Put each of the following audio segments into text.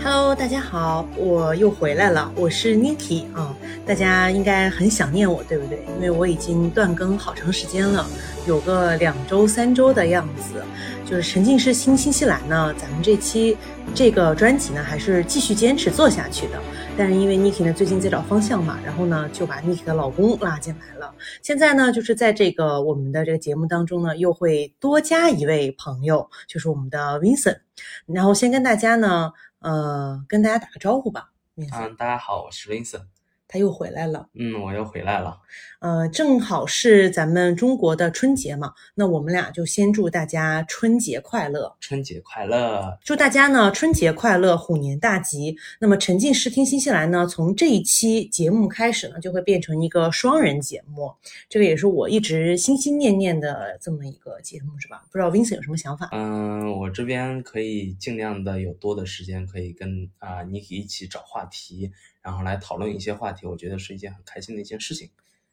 Hello，大家好，我又回来了，我是 Niki 啊、大家应该很想念我，对不对？因为我已经断更好长时间了，有个两周、三周的样子。就是沉浸式新新西兰呢，咱们这期这个专辑呢，还是继续坚持做下去的。但是因为 Niki 呢最近在找方向嘛，然后呢就把 Niki 的老公拉进来了。现在呢，就是在这个我们的这个节目当中呢，又会多加一位朋友，就是我们的 Vincent。然后先跟大家呢，呃，跟大家打个招呼吧。Vincent，嗯，大家好，我是 Vincent。他又回来了。嗯，我又回来了。呃，正好是咱们中国的春节嘛，那我们俩就先祝大家春节快乐。春节快乐！祝大家呢春节快乐，虎年大吉。那么沉浸视听新西兰呢，从这一期节目开始呢，就会变成一个双人节目，这个也是我一直心心念念的这么一个节目，是吧？不知道 Vincent 有什么想法？嗯，我这边可以尽量的有多的时间，可以跟啊、n i k i 一起找话题，然后来讨论一些话题，我觉得是一件很开心的一件事情。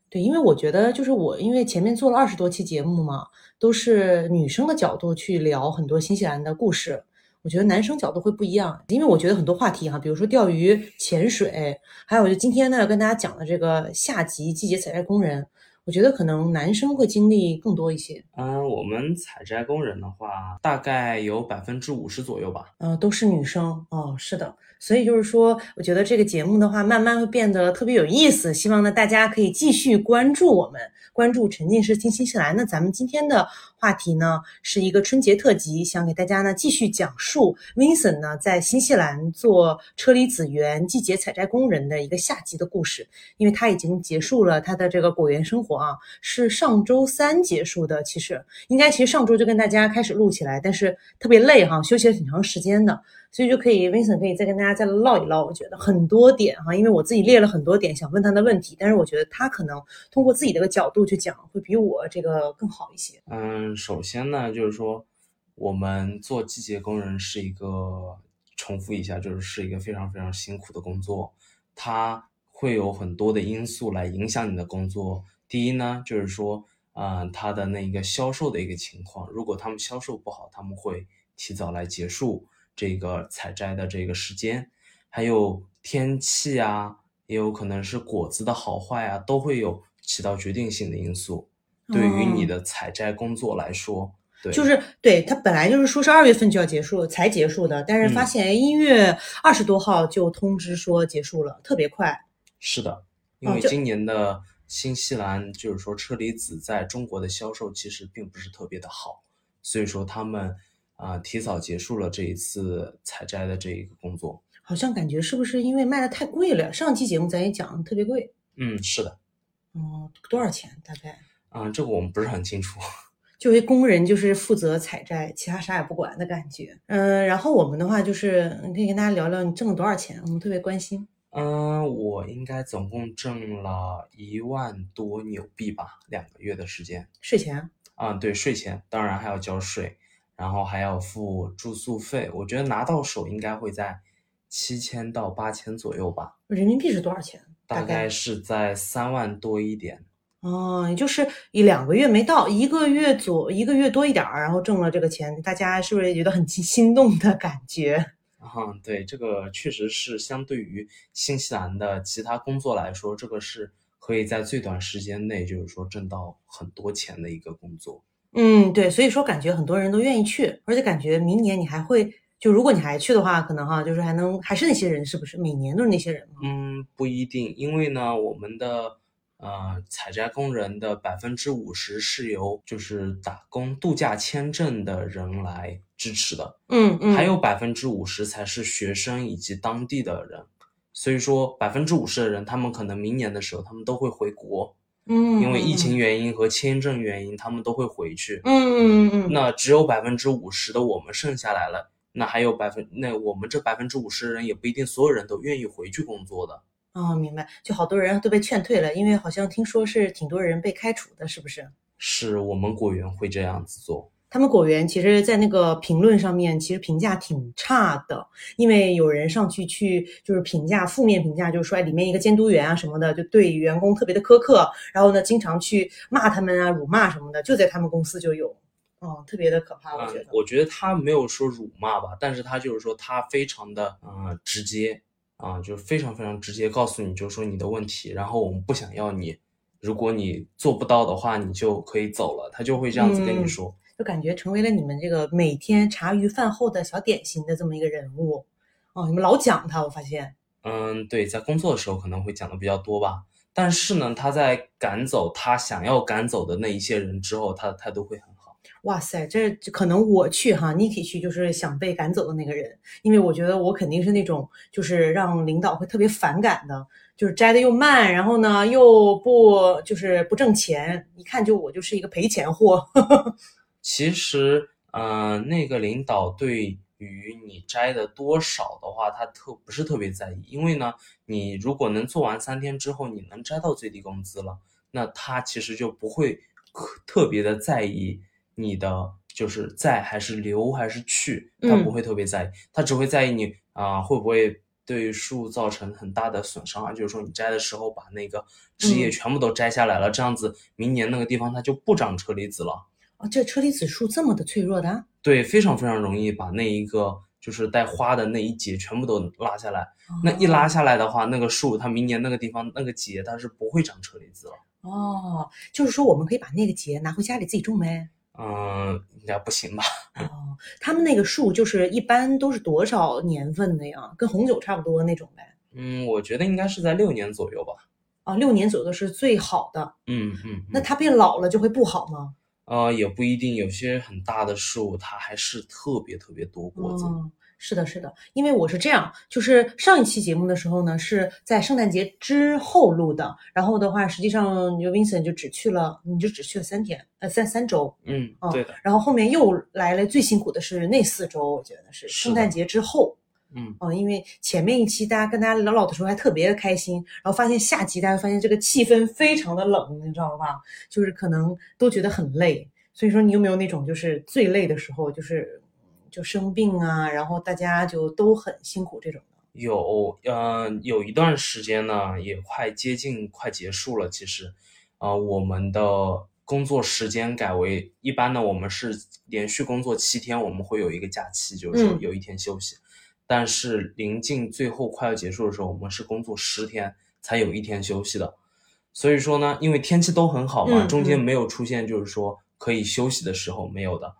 对，因为我觉得就是我，因为前面做了二十多期节目嘛，都是女生的角度去聊很多新西兰的故事。我觉得男生角度会不一样，因为我觉得很多话题哈、比如说钓鱼、潜水，还有就今天呢要跟大家讲的这个下集季节采摘工人，我觉得可能男生会经历更多一些，嗯，我们采摘工人的话，大概有百分之五十左右吧。呃，都是女生哦，是的，所以就是说，我觉得这个节目的话，慢慢会变得特别有意思，希望呢大家可以继续关注我们，关注沉浸式听新西兰。那咱们今天的话题呢，是一个春节特辑，想给大家呢继续讲述 Vincent 呢在新西兰做车厘子园季节采摘工人的一个下集的故事，因为他已经结束了他的这个果园生活啊，是上周三结束的，其实应该其实上周就跟大家开始录起来，但是特别累哈，休息了挺长时间的，所以就可以 Vincent 可以再跟大家再唠一唠。我觉得很多点哈，因为我自己列了很多点想问他的问题，但是我觉得他可能通过自己的一个角度去讲，会比我这个更好一些。嗯，首先呢，就是说我们做季节工人是一个重复一下，就是是一个非常非常辛苦的工作，它会有很多的因素来影响你的工作。第一呢，就是说，嗯、它的那个销售的一个情况，如果他们销售不好，他们会提早来结束这个采摘的这个时间，还有天气啊，也有可能是果子的好坏啊，都会有起到决定性的因素。对于你嗯的采摘工作来说，对，就是对他本来就是说是二月份就要结束才结束的，但是发嗯现哎一月二十多号就通知说结束了，特别快。是的，因哦为就今年的新西兰就是说车厘子在中国的销售其实并不是特别的好，所以说他们啊、提早结束了这一次采摘的这一个工作。好像感觉是不是因为卖的太贵了？上期节目咱也讲特别贵，嗯，是的，嗯，多少钱大概？嗯、这个我们不是很清楚。就是工人就是负责采摘，其他啥也不管的感觉。嗯，然后我们的话就是，你可以跟大家聊聊你挣了多少钱，我们特别关心。嗯、我应该总共挣了一万多纽币吧，两个月的时间。税前，啊，对，税前当然还要交税，然后还要付住宿费。我觉得拿到手应该会在七千到八千左右吧，人民币是多少钱？大大概概是在三万多一点。哦，也就是一两个月没到，一个月左一个月多一点儿，然后挣了这个钱，大家是不是也觉得很心心动的感觉？啊，对，这个确实是相对于新西兰的其他工作来说，这个是可以在最短时间内，就是说挣到很多钱的一个工作。嗯，对，所以说感觉很多人都愿意去，而且感觉明年你还会，就如果你还去的话，可能哈，就是还能还是那些人，是不是？每年都是那些人嘛。嗯，不一定，因为呢，我们的呃采摘工人的百分之五十是由就是打工度假签证的人来支持的，嗯嗯，还有百分之五十才是学生以及当地的人。所以说，百分之五十的人，他们可能明年的时候，他们都会回国，嗯，因为疫情嗯原因和签证原因，他们都会回去。嗯嗯嗯，那只有百分之五十的我们剩下来了，那还有百分，那我们这百分之五十的人也不一定所有人都愿意回去工作的。哦，明白，就好多人都被劝退了，因为好像听说是挺多人被开除的，是不是？是我们果园会这样子做。他们果园其实，在那个评论上面，其实评价挺差的，因为有人上去去就是评价负面评价，就是说哎，里面一个监督员啊什么的，就对员工特别的苛刻，然后呢，经常去骂他们啊、辱骂什么的，就在他们公司就有。哦，特别的可怕，我觉嗯得，。我觉得他没有说辱骂吧，但是他就是说他非常的呃直接啊、就是非常非常直接告诉你，就是说你的问题，然后我们不想要你，如果你做不到的话，你就可以走了，他就会这样子跟你嗯说。就感觉成为了你们这个每天茶余饭后的小点心的这么一个人物。哦，你们老讲他，我发现。嗯，对，在工作的时候可能会讲的比较多吧，但是呢，他在赶走他想要赶走的那一些人之后，他的态度会很好。哇塞，这这可能我去哈，Niki 去就是想被赶走的那个人，因为我觉得我肯定是那种就是让领导会特别反感的，就是摘的又慢，然后呢又不就是不挣钱，一看就我就是一个赔钱货。 其实，嗯、那个领导对于你摘的多少的话，他特不是特别在意，因为呢，你如果能做完三天之后，你能摘到最低工资了，那他其实就不会可特别的在意你的就是在还是留还是去，他嗯不会特别在意，他只会在意你啊、会不会。对树造成很大的损伤啊，就是说你摘的时候把那个枝叶嗯全部都摘下来了，这样子明年那个地方它就不长车厘子了。哦，这车厘子树这么的脆弱的啊、对，非常非常容易把那一个就是带花的那一节全部都拉下来。那一拉下来的话，那个树它明年那个地方那个节它是不会长车厘子了。哦，就是说我们可以把那个节拿回家里自己种呗。嗯，应该不行吧？哦，他们那个树就是一般都是多少年份的呀？跟红酒差不多那种呗。嗯，我觉得应该是在六年左右吧。啊，六年左右的是最好的。嗯嗯，那嗯它变老了就会不好吗？呃也不一定，有些很大的树它还是特别特别多果子。嗯，是的，是的。因为我是这样，就是上一期节目的时候呢，是在圣诞节之后录的。然后的话，实际上你就 Vincent 就只去了，你就只去了三天，呃，三三周。嗯，哦对的，然后后面又来了最辛苦的是那四周，我觉得是是圣的诞节之后。嗯，哦，因为前面一期大家跟大家聊唠的时候还特别的开心，然后发现下集大家发现这个气氛非常的冷，你知道吧？就是可能都觉得很累。所以说，你有没有那种就是最累的时候，就是嗯就生病啊，然后大家就都很辛苦这种的？有，呃，有一段时间呢，也快接近快结束了。其实，呃，我们的工作时间改为一般呢，我们是连续工作七天，我们会有一个假期，就是说嗯有一天休息。但是临近最后快要结束的时候，我们是工作十天才有一天休息的。所以说呢，因为天气都很好嘛，嗯中间嗯没有出现就是说可以休息的时候，没有的。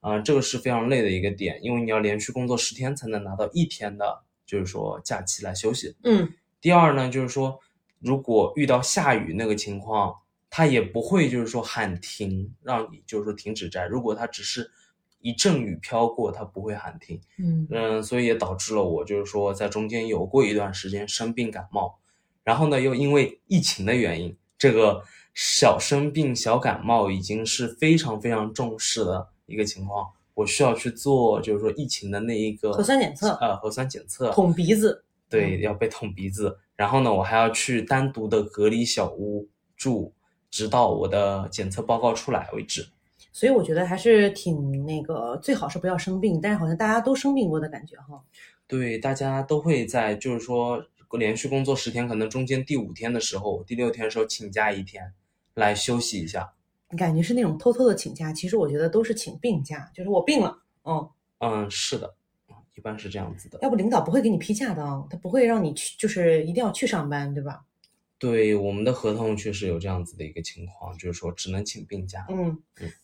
啊、这个是非常累的一个点，因为你要连续工作十天才能拿到一天的，就是说假期来休息。嗯，第二呢，就是说如果遇到下雨那个情况，它也不会就是说喊停，让你就是说停止摘。如果它只是一阵雨飘过，它不会喊停。嗯嗯，所以也导致了我就是说在中间有过一段时间生病感冒，然后呢又因为疫情的原因，这个小生病小感冒已经是非常非常重视的一个情况，我需要去做就是说疫情的那一个核酸检测呃核酸检测，捅鼻子，对，嗯要被捅鼻子，然后呢我还要去单独的隔离小屋住，直到我的检测报告出来为止。所以我觉得还是挺那个，最好是不要生病，但是好像大家都生病过的感觉哈。对，大家都会在就是说连续工作十天，可能中间第五天的时候、第六天的时候请假一天来休息一下。感觉是那种偷偷的请假，其实我觉得都是请病假，就是我病了，嗯，嗯，是的，一般是这样子的。要不领导不会给你批假的啊，他不会让你去，就是一定要去上班，对吧？对，我们的合同确实有这样子的一个情况，就是说只能请病假。嗯，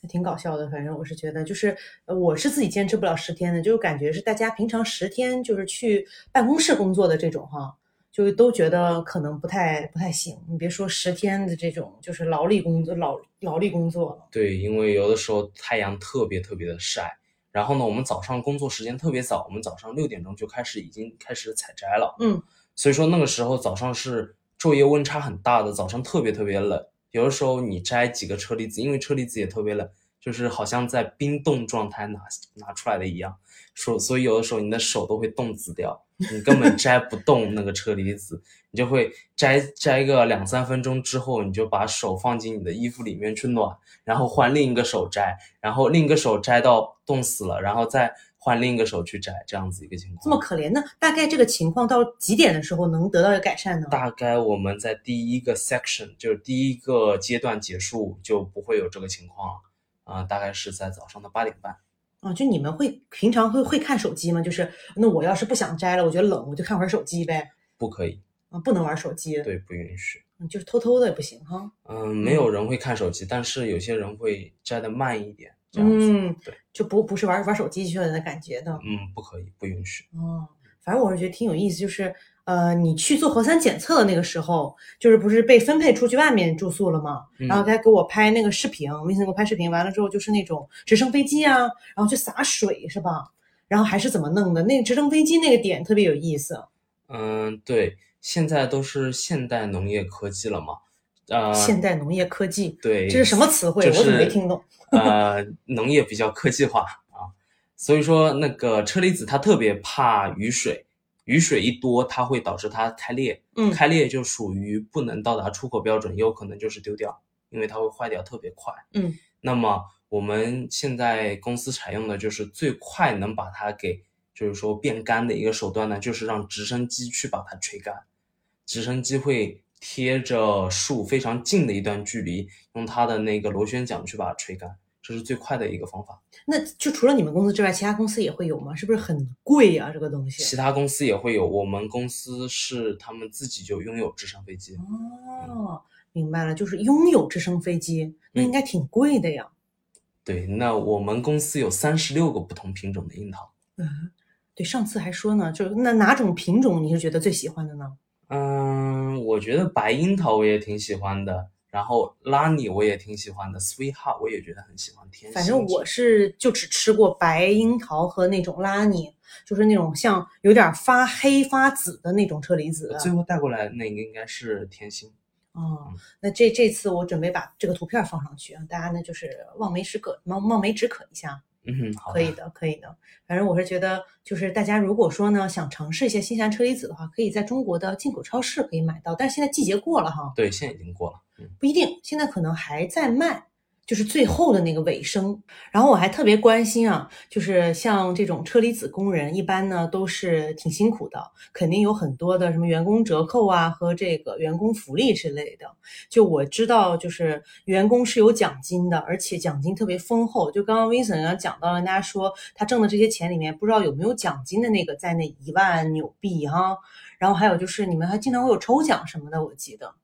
挺搞笑的。反正我是觉得，就是呃我是自己坚持不了十天的，就是感觉是大家平常十天就是去办公室工作的这种哈，就都觉得可能不太不太行。你别说十天的这种就是劳力工作劳劳力工作了，对，因为有的时候太阳特别特别的晒，然后呢，我们早上工作时间特别早，我们早上六点钟就开始已经开始采摘了。嗯，所以说那个时候早上是昼夜温差很大的，早上特别特别冷。有的时候你摘几个车厘子，因为车厘子也特别冷，就是好像在冰冻状态拿拿出来的一样，所所以有的时候你的手都会冻紫掉，你根本摘不动那个车厘子，你就会摘摘个两三分钟之后，你就把手放进你的衣服里面去暖，然后换另一个手摘，然后另一个手摘到冻死了，然后再换另一个手去摘，这样子一个情况。这么可怜。那大概这个情况到几点的时候能得到改善呢？大概我们在第一个 section，就是第一个阶段结束，就不会有这个情况了。啊、大概是在早上的八点半。啊，就你们会平常会会看手机吗？就是那我要是不想摘了，我觉得冷，我就看会儿手机呗。不可以，啊，不能玩手机，对，不允许。嗯就是偷偷的也不行哈。嗯，没有人会看手机，但是有些人会摘的慢一点，这样子。嗯对，就不不是玩玩手机去了的感觉的。嗯，不可以，不允许。哦，反正我是觉得挺有意思，就是呃，你去做核酸检测的那个时候，就是不是被分配出去外面住宿了吗？嗯然后他给我拍那个视频，微信给我拍视频，完了之后就是那种直升飞机啊，然后去洒水是吧？然后还是怎么弄的？那个直升飞机那个点特别有意思，嗯，对，现在都是现代农业科技了嘛，呃，现代农业科技，对，这是什么词汇？就我怎么没哎是听懂？呃，农业比较科技化啊，所以说那个车厘子它特别怕雨水，雨水一多，它会导致它开裂，嗯开裂就属于不能到达出口标准，也有可能就是丢掉，因为它会坏掉特别快。嗯，那么我们现在公司采用的就是最快能把它给就是说变干的一个手段呢，就是让直升机去把它吹干，直升机会。贴着树非常近的一段距离，用它的那个螺旋桨去把它吹干。这是最快的一个方法。那就除了你们公司之外，其他公司也会有吗？是不是很贵呀、这个东其西。他公司也会有，我们公司是他们自己就拥有直升飞机。哦，明白了，就是拥有直升飞机，那应该挺贵的呀。对，那我们公司有三十六个不同品种的樱桃。嗯，对，上次还说呢，就是那哪种品种你是觉得最喜欢的呢？嗯，我觉得白樱桃我也挺喜欢的，然后拉尼我也挺喜欢的，sweetheart 我也觉得很喜欢。天反心正之我是就只吃过白樱桃和那种拉尼，就是那种像有点发黑发紫的那种车厘子我。最后带过来那个应该是天心。哦，那这这次我准备把这个图片放上去，让大家呢就是望梅止渴，望望梅止渴一下。啊嗯哼，好可以的，的，可以的。反正我是觉得，就是大家如果说呢想尝试一些新西兰车厘子的话，可以在中国的进口超市可以买到，但是现在季节过了哈，对，现在已经过了。嗯不一定，现在可能还在卖，就是最后的那个尾声。然后我还特别关心啊，就是像这种车厘子工人，一般呢都是挺辛苦的，肯定有很多的什么员工折扣啊和这个员工福利之类的。就我知道，就是员工是有奖金的，而且奖金特别丰厚。就刚刚 Vincent 刚讲到，人家说他挣的这些钱里面，不知道有没有奖金的那个在那一万纽币哈。啊然后还有就是你们还经常会有抽奖什么的，我记得。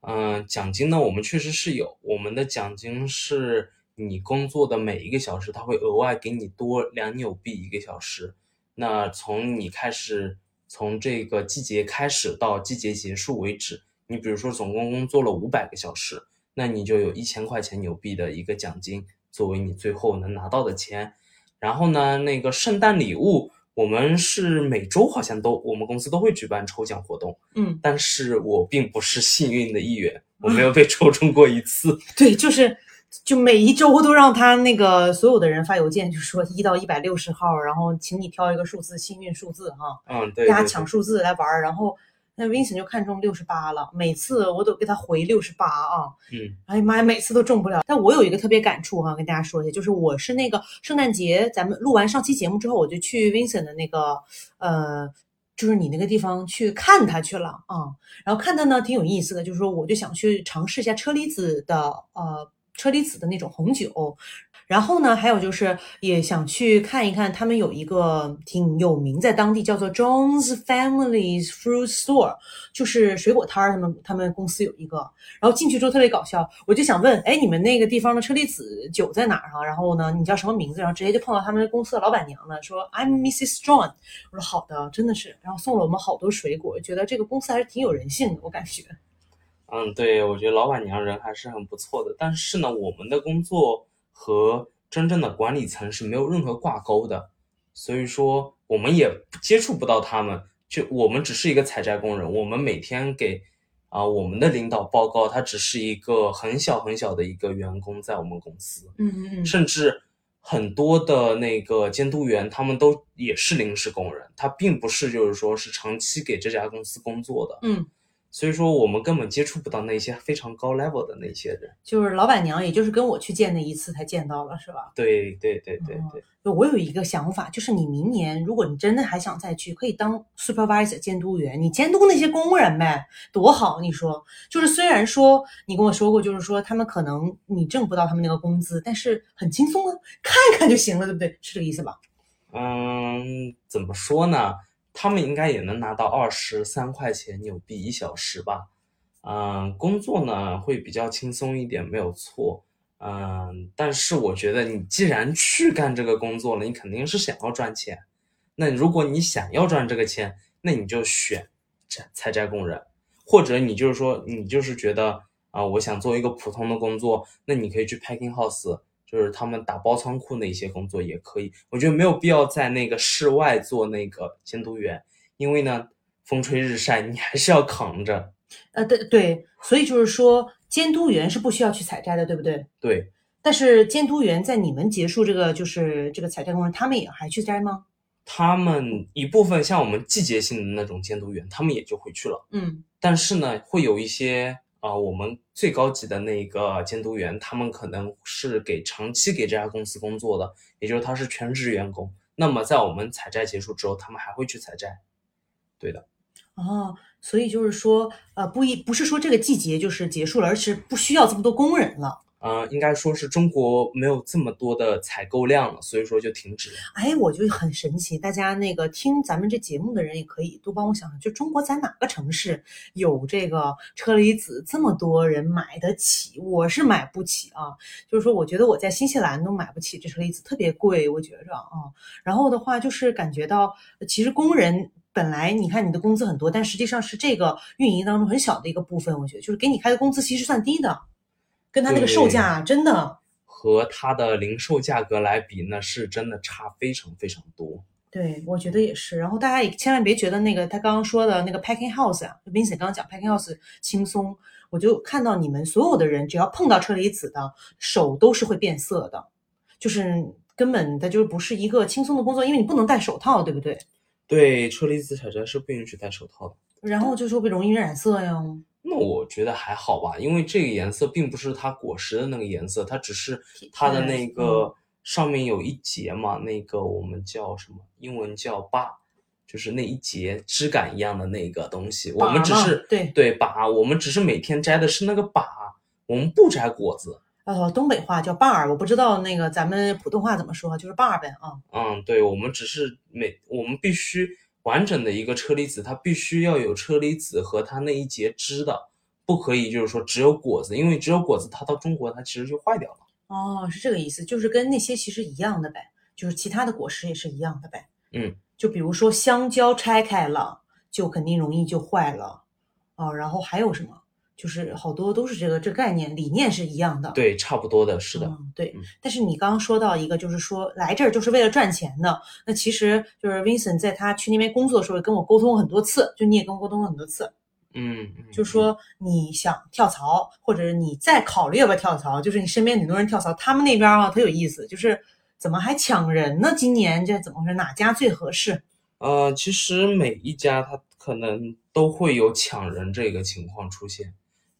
嗯、奖金呢，我们确实是有，我们的奖金是你工作的每一个小时，他会额外给你多两纽币一个小时。那从你开始，从这个季节开始到季节结束为止，你比如说总共工作了五百个小时，那你就有一千块钱纽币的一个奖金作为你最后能拿到的钱。然后呢，那个圣诞礼物，我们是每周好像都我们公司都会举办抽奖活动。嗯，但是我并不是幸运的一员，我没有被抽中过一次。对，就是就每一周都让他那个所有的人发邮件，就说一到一百六十号，然后请你挑一个数字，幸运数字哈，嗯，对，大家对抢对数字来玩儿。然后那 Vincent 就看中六十八了，每次我都给他回六十八啊，嗯，哎呀妈呀，每次都中不了。但我有一个特别感触哈、跟大家说一下，就是我是那个圣诞节咱们录完上期节目之后，我就去 Vincent 的那个呃。就是你那个地方去看他去了啊、然后看他呢挺有意思的，就是说我就想去尝试一下车厘子的呃车厘子的那种红酒，然后呢还有就是也想去看一看他们有一个挺有名在当地叫做 Jones Family Fruit Store，就是水果摊儿，他们他们公司有一个，然后进去之后特别搞笑，我就想问，哎，你们那个地方的车厘子酒在哪儿啊？然后呢，你叫什么名字？然后直接就碰到他们公司的老板娘了，说 I'm Mrs. John。我说好的，真的是，然后送了我们好多水果，觉得这个公司还是挺有人性的，我感觉。嗯，对，我觉得老板娘人还是很不错的。但是呢，我们的工作和真正的管理层是没有任何挂钩的，所以说我们也接触不到他们。就我们只是一个采摘工人，我们每天给啊、我们的领导报告，他只是一个很小很小的一个员工在我们公司。嗯嗯嗯甚至很多的那个监督员，他们都也是临时工人，他并不是就是说是长期给这家公司工作的，嗯，所以说我们根本接触不到那些非常高 level 的那些人。就是老板娘，也就是跟我去见那一次才见到了，是吧？对对对对对，我有一个想法，就是你明年如果你真的还想再去，可以当 supervisor 监督员，你监督那些工人呗，多好！你说，就是虽然说你跟我说过，就是说他们可能你挣不到他们那个工资，但是很轻松啊，看看就行了，对不对？是这个意思吧？嗯，怎么说呢？他们应该也能拿到二十三块钱纽币一小时吧。嗯，工作呢会比较轻松一点，没有错。嗯，但是我觉得你既然去干这个工作了，你肯定是想要赚钱。那如果你想要赚这个钱，那你就选采采摘工人，或者你就是说你就是觉得啊、我想做一个普通的工作，那你可以去 packing house，就是他们打包仓库那一些工作也可以。我觉得没有必要在那个室外做那个监督员，因为呢，风吹日晒你还是要扛着。呃，对对，所以就是说监督员是不需要去采摘的，对不对？对，但是监督员在你们结束这个就是这个采摘工人，他们也还去摘吗？他们一部分像我们季节性的那种监督员，他们也就回去了。嗯，但是呢，会有一些啊、呃我们最高级的那个监督员，他们可能是给长期给这家公司工作的，也就是他是全职员工。那么在我们采摘结束之后，他们还会去采摘。对的，哦，所以就是说，呃，不一不是说这个季节就是结束了，而是不需要这么多工人了。呃，应该说是中国没有这么多的采购量了，所以说就停止了。哎，我就很神奇，大家那个听咱们这节目的人也可以多帮我想想，就中国在哪个城市有这个车厘子这么多人买得起？我是买不起啊，就是说我觉得我在新西兰都买不起这车厘子，特别贵，我觉着啊。然后的话就是感觉到，呃其实工人。本来你看你的工资很多，但实际上是这个运营当中很小的一个部分，我觉得就是给你开的工资其实算低的，跟他那个售对价真的和它的零售价格来比，那是真的差非常非常多。对，我觉得也是。然后大家也千万别觉得那个他刚刚说的那个 packing house 啊，Vincent 刚刚讲 packing house 轻松，我就看到你们所有的人，只要碰到车厘子的手都是会变色的，就是根本它就是不是一个轻松的工作，因为你不能戴手套，对不对？对，车厘子采摘是不允许戴手套的。然后就是会容易染色呀。那我觉得还好吧，因为这个颜色并不是它果实的那个颜色，它只是体它的对那个上面有一节嘛，那个我们叫什么？英文叫把，就是那一节枝杆一样的那个东西。我把们只嘛是对对把，我们只是每天摘的是那个把，我们不摘果子。呃，东北话叫把儿，我不知道那个咱们普通话怎么说，就是把儿呗啊。嗯，对，我们只是每我们必须完整的一个车厘子，它必须要有车厘子和它那一节枝的，不可以就是说只有果子，因为只有果子它到中国它其实就坏掉了。哦，是这个意思，就是跟那些其实一样的呗，就是其他的果实也是一样的呗。嗯，就比如说香蕉拆开了，就肯定容易就坏了啊、然后还有什么？就是好多都是这个这概念理念是一样的。对，差不多的，是的，嗯，对嗯。但是你刚刚说到一个，就是说来这儿就是为了赚钱的。那其实就是 Vincent 在他去那边工作的时候，跟我沟通过很多次，就你也跟我沟通过很多次，嗯，嗯就说你想跳槽，或者你再考虑要不要跳槽，就是你身边很多人跳槽，他们那边啊特有意思，就是怎么还抢人呢？今年这怎么回事？哪家最合适？呃，其实每一家它可能都会有抢人这个情况出现。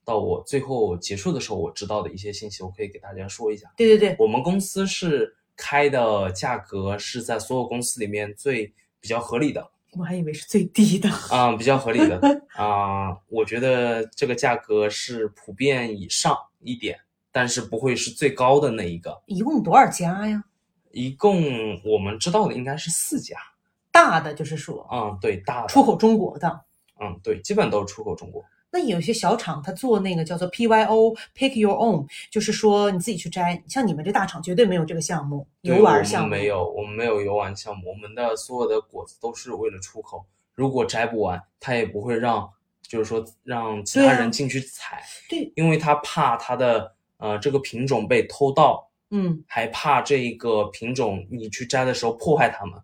到我最后结束的时候，我知道的一些信息，我可以给大家说一下。对对对，我们公司是开的价格是在所有公司里面最比较合理的，我还以为是最低的。啊、比较合理 的啊、我觉得这个价格是普遍以上一点，但是不会是最高的那一个。一共多少家呀？一共我们知道的应该是四家，大的就是说啊、对，大的，出口中国的，嗯，对，基本都是出口中国。那有些小厂它做那个叫做 PYO pick your own，就是说你自己去摘。像你们这大厂绝对没有这个项目，对游玩我项们目没。有，我们没有游玩项目，我们的所有的果子都是为了出口。如果摘不完，他也不会让，就是说让其对他啊人进去采，对，因为他怕他的呃这个品种被偷盗，嗯，还怕这个品种你去摘的时候破坏它们。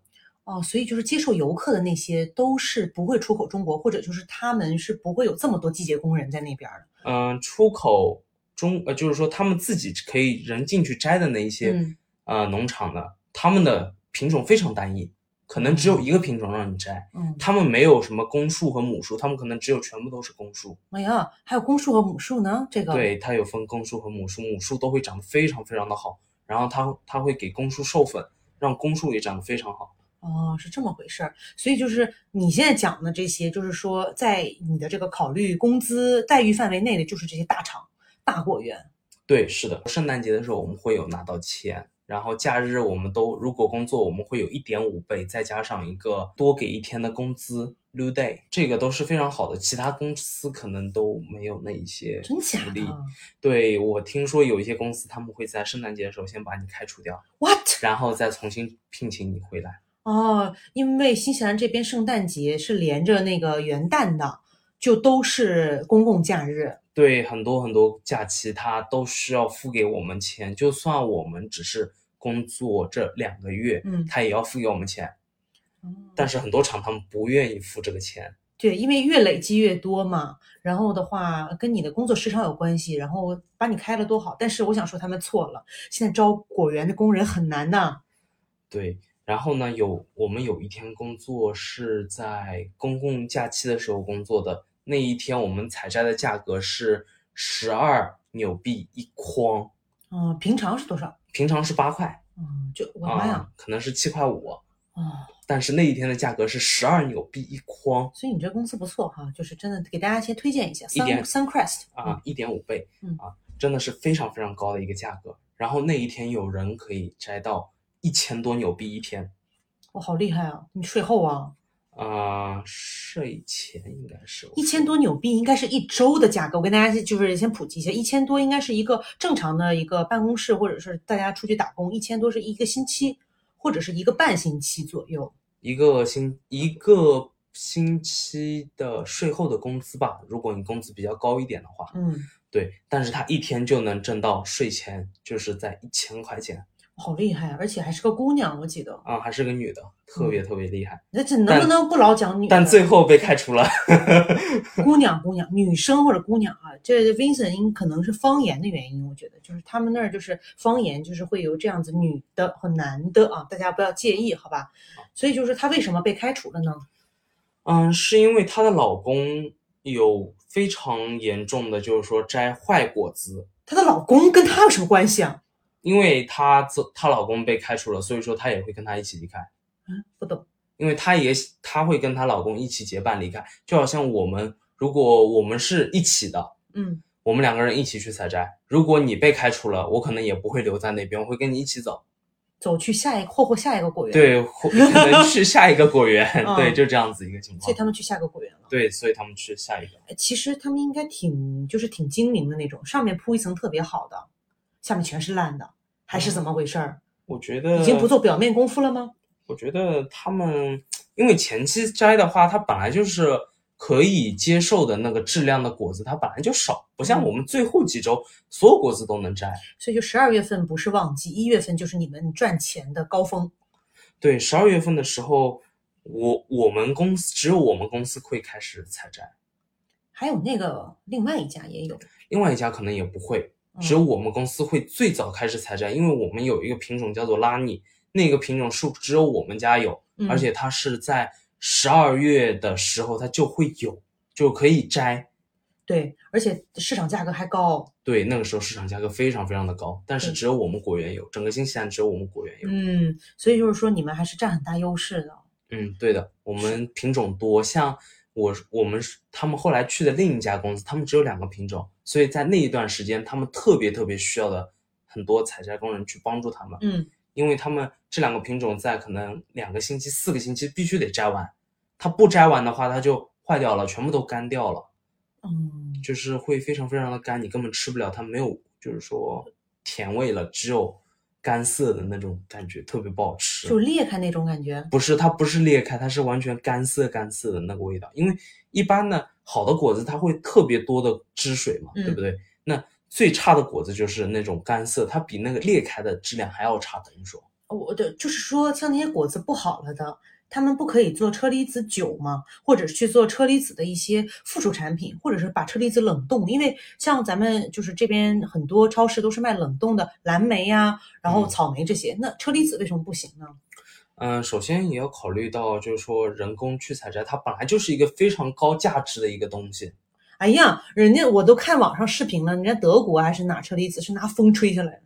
哦，所以就是接受游客的那些都是不会出口中国，或者就是他们是不会有这么多季节工人在那边儿嗯、出口中呃，就是说他们自己可以人进去摘的那一的。些、嗯，呃农场的，他们的品种非常单一，可能只有一个品种让你摘，嗯，他们没有什么公树和母树，他们可能只有全部都是公树。哎呀，还有公树和母树呢，这个，对，它有分公树和母树，母树都会长得非常非常的好，然后它它会给公树授粉，让公树也长得非常好。哦，是这么回事儿。所以就是你现在讲的这些，就是说在你的这个考虑工资待遇范围内的，就是这些大厂、大果园。对，是的，圣诞节的时候我们会有拿到钱，然后假日我们都如果工作，我们会有一点五倍，再加上一个多给一天的工资 l u day，这个都是非常好的，其他公司可能都没有那一些真假福的利。对我听说有一些公司他们会在圣诞节的时候先把你开除掉， ？What？然后再重新聘请你回来。哦，因为新西兰这边圣诞节是连着那个元旦的，就都是公共假日。对很多很多假期，他都需要付给我们钱，就算我们只是工作这两个月，嗯他也要付给我们钱。哦但是很多厂他们不愿意付这个钱，对，因为越累积越多嘛，然后的话跟你的工作时长有关系，然后把你开了多好。但是我想说他们错了，现在招果园的工人很难呐。对。然后呢，有我们有一天工作是在公共假期的时候工作的，那一天我们采摘的价格是十二纽币一筐，嗯，平常是多少？平常是八块嗯，就我的妈呀，啊，可能是七块五，哦。但是那一天的价格是十二纽币一筐。所以你这公司不错哈，就是真的给大家先推荐一下一点 Sun Suncrest 啊，，一点五倍，嗯啊，真的是非常非常高的一个价格。然后那一天有人可以摘到一千多纽币一天，我好厉害啊！你税后啊，啊、税前应该是一千多纽币应该是一周的价格。我跟大家就是先普及一下，一千多应该是一个正常的一个办公室或者是大家出去打工，一千多是一个星期或者是一个半星期左右。一个星一个星期的税后的工资吧。如果你工资比较高一点的话，嗯，对，但是他一天就能挣到税前就是在一千块钱好厉害啊，而且还是个姑娘，我记得。啊，还是个女的，特别特别厉害，那这嗯能不能不老讲女的？但最后被开除了。 姑娘，姑娘，女生或者姑娘啊，这 Vincent 因可能是方言的原因，我觉得就是他们那儿就是方言，就是会有这样子女的和男的啊，大家不要介意，好吧？所以就是他为什么被开除了呢？嗯，是因为她的老公有非常严重的，就是说摘坏果子，她的老公跟她有什么关系啊？因为她自她老公被开除了，所以说她也会跟他一起离开，嗯，不懂。因为她也她会跟她老公一起结伴离开，就好像我们如果我们是一起的，嗯，我们两个人一起去采摘，如果你被开除了，我可能也不会留在那边，我会跟你一起走，走去下一霍霍下一个果园。，对，或可能去下一个果园嗯，对，就这样子一个情所以况，他们去下个果园了。对，所以他们去下一个。哎其实他们应该挺就是挺精明的那种，上面铺一层特别好的，下面全是烂的，还嗯是怎么回事儿？我觉得已经不做表面功夫了吗？我觉得他们，因为前期摘的话，它本来就是可以接受的那个质量的果子，它本来就少，不嗯像我们最后几周所有果子都能摘。所以就十二月份不是旺季，一月份就是你们赚钱的高峰。对，十二月份的时候，我我们公司只有我们公司会开始采摘，还有那个另外一家也有，嗯另外一家可能也不会，只有我们公司会最早开始采摘，因为我们有一个品种叫做拉尼，那个品种树只有我们家有，嗯而且它是在十二月的时候它就会有，就可以摘。对，而且市场价格还高。对，那个时候市场价格非常非常的高，但是对只有我们果园有，整个新西兰只有我们果园有。嗯，所以就是说你们还是占很大优势的。嗯，对的，我们品种多，像我我们是他们后来去的另一家公司，他们只有两个品种，所以在那一段时间，他们特别特别需要的很多采摘工人去帮助他们，嗯，因为他们这两个品种在可能两个星期、四个星期必须得摘完，它不摘完的话，它就坏掉了，全部都干掉了，嗯，就是会非常非常的干，你根本吃不了，它没有就是说甜味了，只有干涩的那种感觉，特别不好吃。就裂开那种感觉。不是，它不是裂开，它是完全干涩干涩的那个味道。因为一般呢，好的果子它会特别多的汁水嘛，嗯对不对？那最差的果子就是那种干涩，它比那个裂开的质量还要差，等于说。我的就是说，像那些果子不好了的，他们不可以做车厘子酒吗？或者是去做车厘子的一些附属产品，或者是把车厘子冷冻，因为像咱们就是这边很多超市都是卖冷冻的蓝莓呀、然后嗯草莓这些，那车厘子为什么不行呢？嗯，首先也要考虑到，就是说人工去采摘，它本来就是一个非常高价值的一个东西。哎呀，人家我都看网上视频了，人家德国啊还是哪车厘子是拿风吹下来的，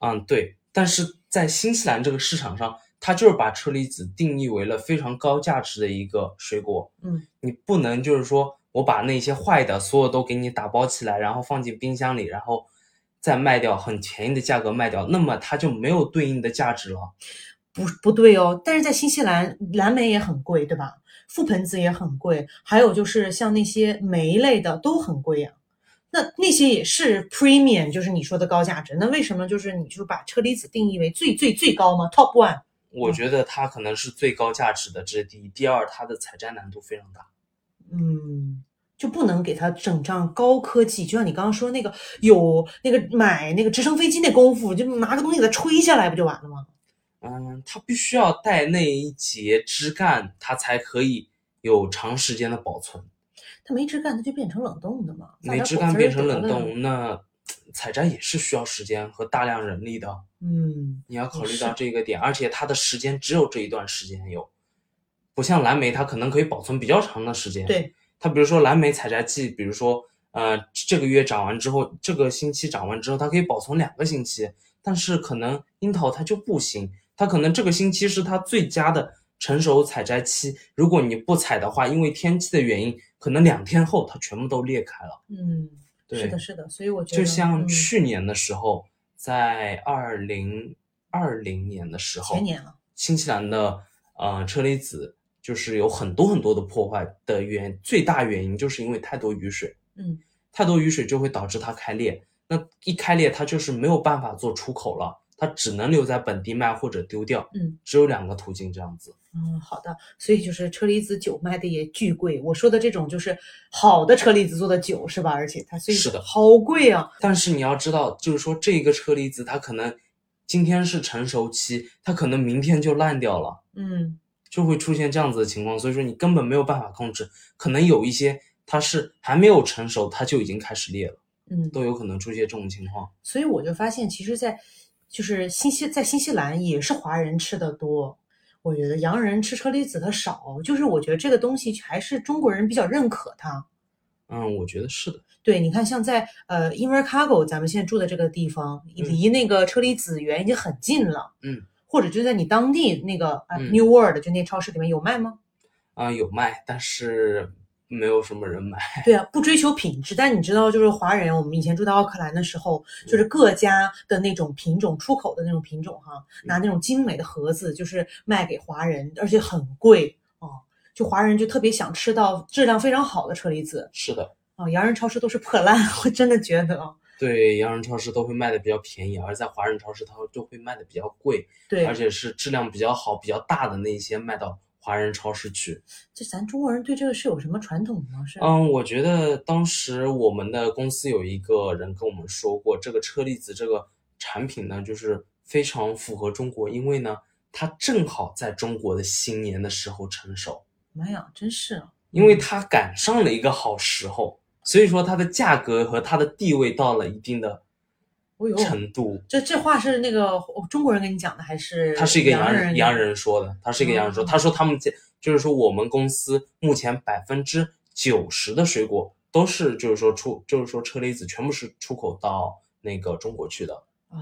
嗯，对。但是在新西兰这个市场上，它就是把车厘子定义为了非常高价值的一个水果。嗯，你不能就是说我把那些坏的所有都给你打包起来，然后放进冰箱里，然后再卖掉，很便宜的价格卖掉，那么它就没有对应的价值了。不不对哦。但是在新西兰，蓝莓也很贵，对吧？覆盆子也很贵，还有就是像那些莓类的都很贵呀、那那些也是 premium，就是你说的高价值。那为什么就是你就把车厘子定义为最最最高吗？Top one？我嗯觉得它可能是最高价值的，这是第一。第二，它的采摘难度非常大。嗯，就不能给它整上高科技，就像你刚刚说那个有那个买那个直升飞机那功夫，就拿个东西给它吹下来不就完了吗？嗯，它必须要带那一节枝干，它才可以有长时间的保存。它没枝干，它就变成冷冻的嘛。放那点枝果干汁儿变成得了。冷冻，那采摘也是需要时间和大量人力的。嗯，你要考也虑是到这个点，而且它的时间只有这一段时间有，不像蓝莓，它可能可以保存比较长的时间。对，它比如说蓝莓采摘季，比如说呃这个月长完之后，这个星期长完之后，它可以保存两个星期，但是可能樱桃它就不行，它可能这个星期是它最佳的成熟采摘期，如果你不采的话，因为天气的原因，可能两天后它全部都裂开了。嗯，对，是的，是的，所以我觉得就像嗯去年的时候，在二零二零年的时候，前年了，新西兰的呃车厘子就是有很多很多的破坏的原最大原因就是因为太多雨水，嗯，太多雨水就会导致它开裂，那一开裂它就是没有办法做出口了，它只能留在本地卖或者丢掉，嗯，只有两个途径这样子。嗯，好的，所以就是车厘子酒卖的也巨贵。我说的这种就是好的车厘子做的酒是吧？而且它所以是的好贵啊，但是你要知道，就是说这个车厘子它可能今天是成熟期，它可能明天就烂掉了。嗯就会出现这样子的情况，所以说你根本没有办法控制，可能有一些它是还没有成熟，它就已经开始裂了，嗯，都有可能出现这种情况。所以我就发现，其实在，就是新西在新西兰也是华人吃的多，我觉得洋人吃车厘子它少，就是我觉得这个东西还是中国人比较认可它。嗯，我觉得是的，对，你看，像在呃 Invercargo，咱们现在住的这个地方，嗯离那个车厘子园已经很近了。嗯，或者就在你当地那个、啊嗯 New World，就那超市里面有卖吗？啊、有卖，但是没有什么人买。对啊，不追求品质，但你知道，就是华人，我们以前住在奥克兰的时候，就是嗯各家的那种品种出口的那种品种哈，嗯拿那种精美的盒子，就是卖给华人，而且很贵哦。就华人就特别想吃到质量非常好的车厘子是的，啊、洋人超市都是破烂，我真的觉得啊，对，洋人超市都会卖的比较便宜，而在华人超市它就会卖的比较贵，对，而且是质量比较好、比较大的那一些卖到华人超市去。这咱中国人对这个是有什么传统吗？是，嗯，我觉得当时我们的公司有一个人跟我们说过，这个车厘子这个产品呢，就是非常符合中国，因为呢，它正好在中国的新年的时候成熟，妈呀，真是啊，因为它赶上了一个好时候，所以说它的价格和它的地位到了一定的哦呦，程度。这这话是那个、哦中国人跟你讲的，还是他是一个洋洋人，洋人人说的，他是一个洋人说，嗯他说他们家就是说我们公司目前百分之九十的水果都是就是说出就是说车厘子全部是出口到那个中国去的，哦，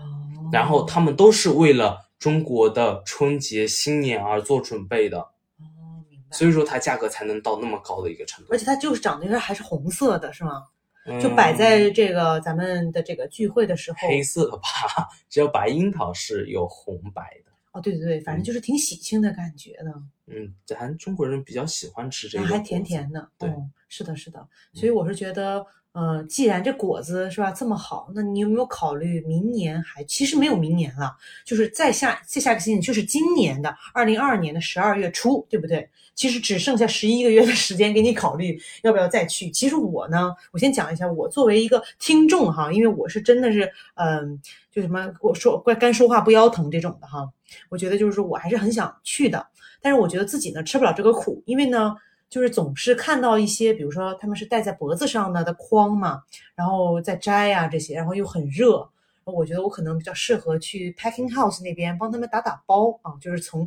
然后他们都是为了中国的春节新年而做准备的，哦，明白。所以说它价格才能到那么高的一个程度而，且它就是长得有点还是红色的，是吗？嗯就摆在哦这个咱们的这个聚会的时候，黑色的吧， 只有白樱桃是有红白的。哦，对对对，反正就是挺喜庆的感觉的，嗯，咱中国人比较喜欢吃这然个，后啊还甜甜的，对嗯嗯，是的，是的。所以我是觉得，呃，既然这果子是吧这么好，那你有没有考虑明年还？其实没有明年了，就是再下再下个星期就是今年的二零二二年的十二月初，对不对？其实只剩下十一个月的时间给你考虑要不要再去。其实我呢，我先讲一下，我作为一个听众哈，因为我是真的是，嗯、就什么我说该该说话不腰疼这种的哈，我觉得就是说我还是很想去的，但是我觉得自己呢吃不了这个苦，因为呢。就是总是看到一些，比如说他们是戴在脖子上的的框嘛，然后再摘啊这些，然后又很热。我觉得我可能比较适合去 packing house 那边帮他们打打包啊，就是从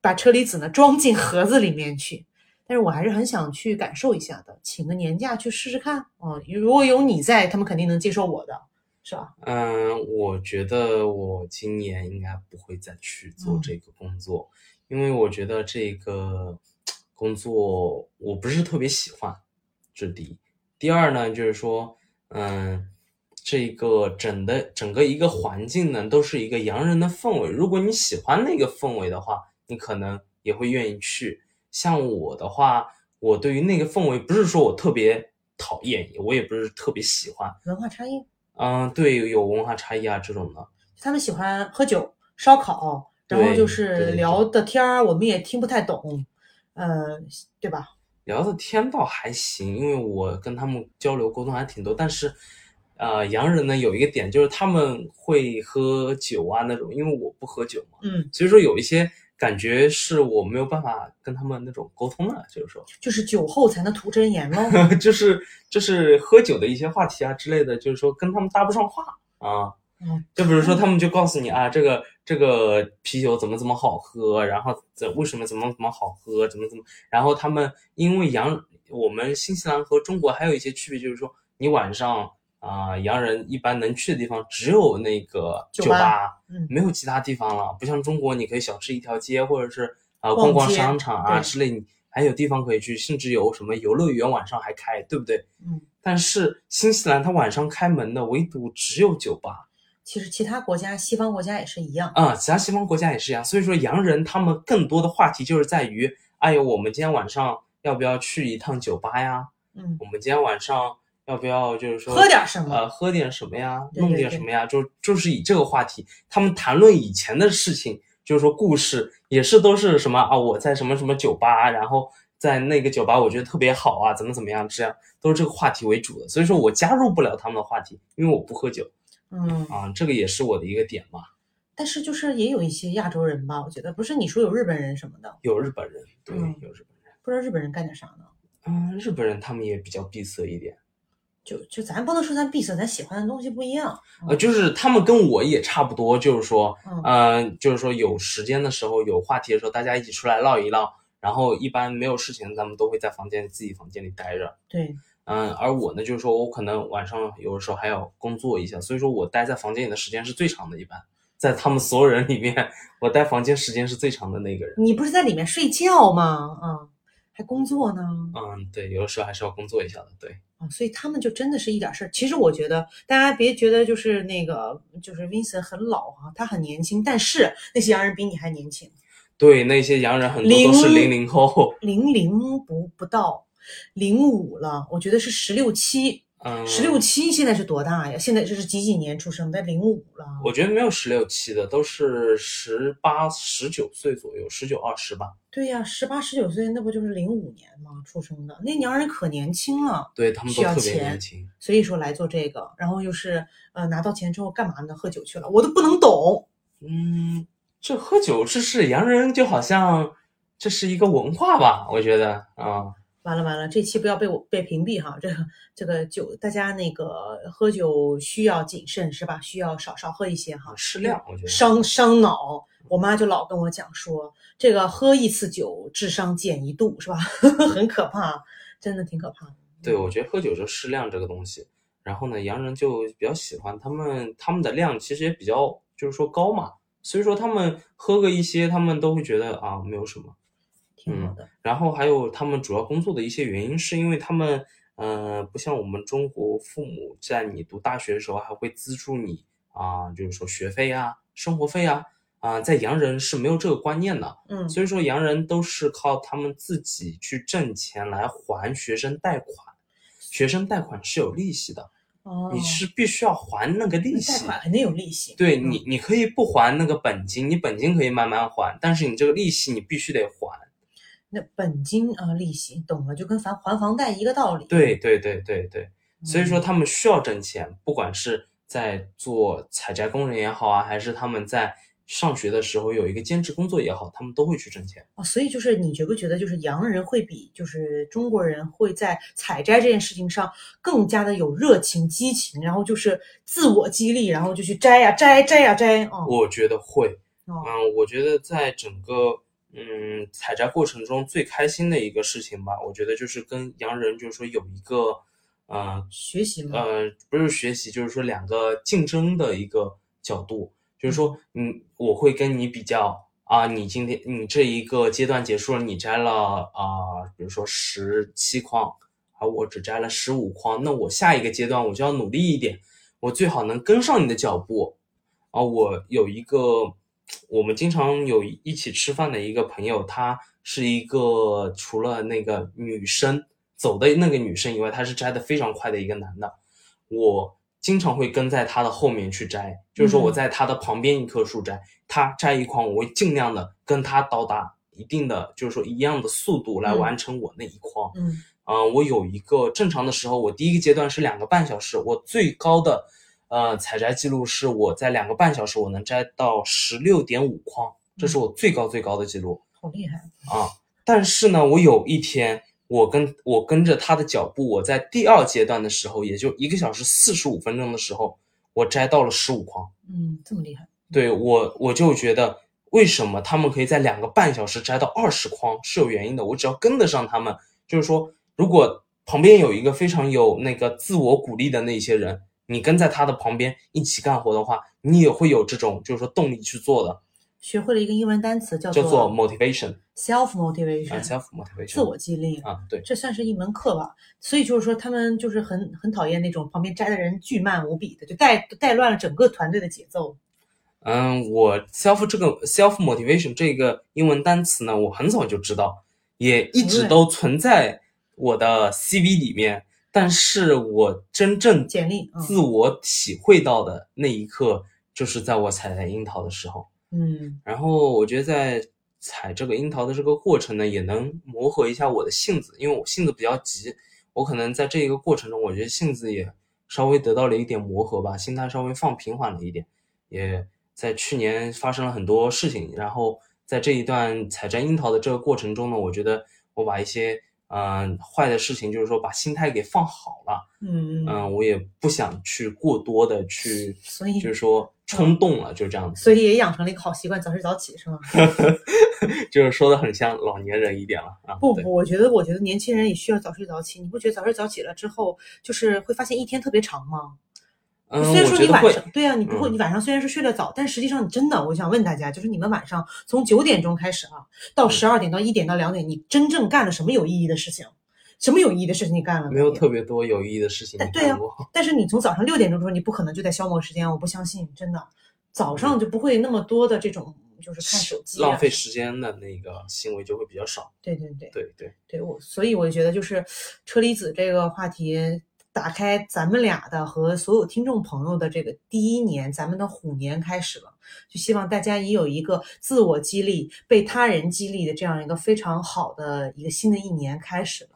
把车厘子呢装进盒子里面去。但是我还是很想去感受一下的，请个年假去试试看。嗯，如果有你在，他们肯定能接受我的，是吧？嗯，我觉得我今年应该不会再去做这个工作，因为我觉得这个工作我不是特别喜欢，这是第一。第二呢，就是说，嗯，这个整的整个一个环境呢，都是一个洋人的氛围。如果你喜欢那个氛围的话，你可能也会愿意去。像我的话，我对于那个氛围，不是说我特别讨厌，我也不是特别喜欢。文化差异，嗯，对，有文化差异啊这种的。他们喜欢喝酒、烧烤，然后对就对是对聊的天儿，我们也听不太懂，呃，对吧？聊的天倒还行，因为我跟他们交流沟通还挺多。但是，呃，洋人呢有一个点就是他们会喝酒啊那种，因为我不喝酒嘛，嗯，所以说有一些感觉是我没有办法跟他们那种沟通的，就是说，就是酒后才能吐真 言喽。就是就是喝酒的一些话题啊之类的，就是说跟他们搭不上话啊。嗯，就比如说，他们就告诉你啊，这个这个啤酒怎么怎么好喝，然后怎为什么怎么怎么好喝，怎么怎么，然后他们因为洋，我们新西兰和中国还有一些区别，就是说你晚上啊、洋人一般能去的地方只有那个酒酒吧嗯没有其他地方了，不像中国你可以小吃一条街，或者是啊、逛逛逛街商场啊对之类，你还有地方可以去，甚至有什么游乐园晚上还开，对不对？嗯，但是新西兰它晚上开门的唯独只有酒吧。其实其他国家，西方国家也是一样。啊、其他西方国家也是一样。所以说，洋人他们更多的话题就是在于，哎呦，我们今天晚上要不要去一趟酒吧呀？嗯，我们今天晚上要不要就是说喝点什么呃，喝点什么呀？嗯对对弄点什么呀？就就是以这个话题，他们谈论以前的事情，就是说故事也是都是什么啊？我在什么什么酒吧，啊然后在那个酒吧我觉得特别好啊，怎么怎么样，这样都是这个话题为主的。所以说我加入不了他们的话题，因为我不喝酒嗯，啊、这个也是我的一个点嘛。但是就是也有一些亚洲人吧，我觉得不是你说有日本人什么的，有日本人，对，嗯有日本人。不知道日本人干点啥呢？嗯，日本人他们也比较闭塞一点，就就咱不能说咱闭塞，咱喜欢的东西不一样。呃，就是他们跟我也差不多，就是说，嗯呃，就是说有时间的时候，有话题的时候，大家一起出来唠一唠。然后一般没有事情，咱们都会在房间自己房间里待着。对，嗯，而我呢，就是说我可能晚上有的时候还要工作一下，所以说我待在房间里的时间是最长的。一般在他们所有人里面，我待房间时间是最长的那个人。你不是在里面睡觉吗？嗯，还工作呢。嗯，对，有的时候还是要工作一下的。对，啊，所以他们就真的是一点事儿。其实我觉得，大家别觉得就是那个就是 Vincent 很老啊，他很年轻，但是那些洋人比你还年轻，对，那些洋人很多都是零零零后。零零不不到，零五了，我觉得是十六七，嗯，十六七现在是多大呀？现在这是几几年出生的？零五了，我觉得没有十六七的，都是十八、十九岁左右，十九、二十吧。对呀、十八十九岁那不就是零五年吗？出生的那洋人可年轻了，对他们需都要特别钱年轻。所以说来做这个，然后又是呃拿到钱之后干嘛呢？喝酒去了，我都不能懂。嗯，这喝酒这是洋人，就好像这是一个文化吧？我觉得啊、完了完了，这期不要被我被屏蔽哈，这个这个酒，大家那个喝酒需要谨适是吧？需要少少喝一些哈啊，，适量，我觉得伤伤脑。我妈就老跟我讲说，这个喝一次酒智商减一度是吧？ 很可怕，真的挺可怕的。对，我觉得喝酒就适量这个东西。然后呢，洋人就比较喜欢他们，他们的量其实也比较就是说高嘛，所以说他们喝个一些，他们都会觉得啊没有什么。挺好的。然后还有他们主要工作的一些原因，是因为他们，呃，不像我们中国父母在你读大学的时候还会资助你啊、就是说学费啊、生活费啊，啊、在洋人是没有这个观念的，嗯，所以说洋人都是靠他们自己去挣钱来还学生贷款，学生贷款是有利息的，哦，你是必须要还那个利贷息。款肯定有利息。对嗯你，你可以不还那个本金，你本金可以慢慢还，但是你这个利息你必须得还。那本金啊、利息懂了，就跟还还房贷一个道理。对对对对对，嗯，所以说他们需要挣钱，不管是在做采摘工人也好啊，还是他们在上学的时候有一个兼职工作也好，他们都会去挣钱。哦，所以就是你觉不觉得，就是洋人会比就是中国人会在采摘这件事情上更加的有热情、激情，然后就是自我激励，然后就去摘呀、摘摘呀、摘啊、哦我觉得会，哦嗯，我觉得在整个嗯，采摘过程中最开心的一个事情吧，我觉得就是跟洋人就是说有一个，呃学习嘛，呃，不是学习，就是说两个竞争的一个角度，就是说，嗯，我会跟你比较啊，你今天你这一个阶段结束了，你摘了啊、比如说十七筐，而我只摘了十五筐，那我下一个阶段我就要努力一点，我最好能跟上你的脚步。啊，我有一个我们经常有一起吃饭的一个朋友，她是一个除了那个女生走的那个女生以外，她是摘的非常快的一个男的。我经常会跟在他的后面去摘，就是说我在他的旁边一棵树摘，他摘一筐，我会尽量的跟他到达一定的，就是说一样的速度来嗯完成我那一筐。嗯呃，我有一个正常的时候，我第一个阶段是两个半小时，我最高的呃采摘记录是我在两个半小时我能摘到十六点五筐，这是我最高最高的记录好厉害，啊。但是呢，我有一天我跟我跟着他的脚步，我在第二阶段的时候，也就一个小时四十五分钟的时候，我摘到了十五筐。嗯，这么厉害，对我，我就觉得为什么他们可以在两个半小时摘到二十筐是有原因的。我只要跟得上他们，就是说，如果旁边有一个非常有那个自我鼓励的那些人，你跟在他的旁边一起干活的话，你也会有这种就是说动力去做的，学会了一个英文单词叫叫做 motivation self 啊 motivation， ，self motivation，自我激励。啊，对，这算是一门课吧，所以就是说，他们就是很很讨厌那种旁边摘的人巨慢无比的，就带带乱了整个团队的节奏。嗯，我 self 这个 self motivation 这个英文单词呢，我很早就知道，也一哦直都存在我的 CV 里面，但是我真正简历嗯自我体会到的那一刻，就是在我采摘樱桃的时候。嗯，然后我觉得在采这个樱桃的这个过程呢，也能磨合一下我的性子，因为我性子比较急，我可能在这一个过程中，我觉得性子也稍微得到了一点磨合吧，心态稍微放平缓了一点，也在去年发生了很多事情，然后在这一段采摘樱桃的这个过程中呢，我觉得我把一些嗯、呃坏的事情，就是说把心态给放好了，嗯嗯、我也不想去过多的 去，所以就是说冲动了，就这样子。 所以也养成了一个好习惯，早睡早起是吗？就是说的很像老年人一点了啊。不对不，我觉得我觉得年轻人也需要早睡早起。你不觉得早睡早起了之后，就是会发现一天特别长吗？嗯，虽然我说觉你得晚会上，对啊，你不会，嗯你晚上虽然是睡得早，但实际上你真的，我想问大家，就是你们晚上从九点钟开始啊，到嗯十二点到一点到两点，你真正干了什么有意义的事情？什么有意义的事情你干了呢？没有特别多有意义的事情但你对啊干过。但是你从早上六点钟说你不可能就在消磨时间，我不相信，真的，早上就不会那么多的这种就是看手机、啊，嗯 浪费时间的那个行为就会比较少，对对对对 对，对，我所以我觉得就是车厘子这个话题。打开咱们俩的和所有听众朋友的这个第一年，咱们的虎年开始了，就希望大家也有一个自我激励、被他人激励的这样一个非常好的一个新的一年开始了。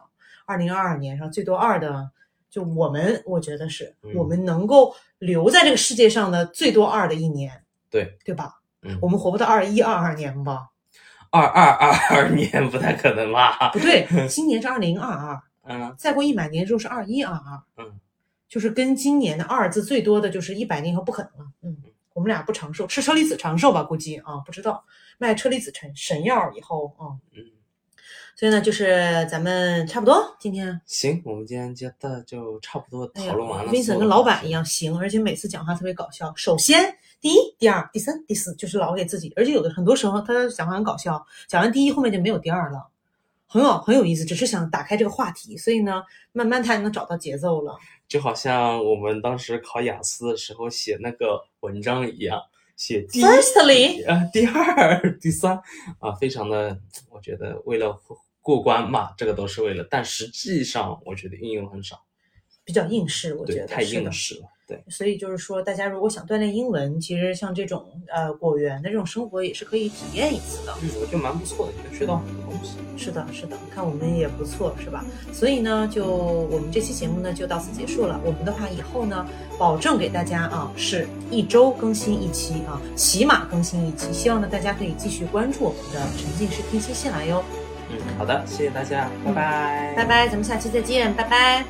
二零二二年上最多二的，就我们我觉得是、嗯我们能够留在这个世界上的最多二的一年，对对吧？嗯我，们活不到二一二二年吧？二二二二年不太可能吧？ 不对，今年是二零二二，嗯再过一百年之后是二一二二，嗯，就是跟今年的二字最多的就是一百年以后不可能了，嗯，我们俩不长寿，吃车厘子长寿吧，估计啊，不知道卖车厘子神神药以后啊、嗯嗯，所以呢，就是咱们差不多今天。行，我们今天就到就差不多讨论完了。 v i n c e 所 n 有跟的老话板题一，样行，而且每次讲话特别搞笑。首先第一、第二、第三、第四，就是老给自己，而且有的很多时候他讲话很搞笑，讲完第一后面就没有第二了，很有很有意思，只是想打开这个话题，所以呢，慢慢他也能找到节奏了。就好像我们当时考雅思的时候写那个文章一样，写第一 Firstly 啊，第二、第三啊，非常的，我觉得为了过关嘛，这个都是为了，但实际上我觉得运用很少，比较应试，我觉对，得太是应的。试了，对，所以就是说，大家如果想锻炼英文，其实像这种呃果园的这种生活也是可以体验一次的。嗯，我觉得蛮不错的，也能学到很多东西。是的，是的，看我们也不错，是吧？所以呢，就我们这期节目呢就到此结束了。我们的话以后呢，保证给大家啊是一周更新一期啊，起码更新一期。希望呢大家可以继续关注我们的沉浸式听新西兰哟。嗯，好的，谢谢大家，拜拜，拜拜，咱们下期再见，拜拜。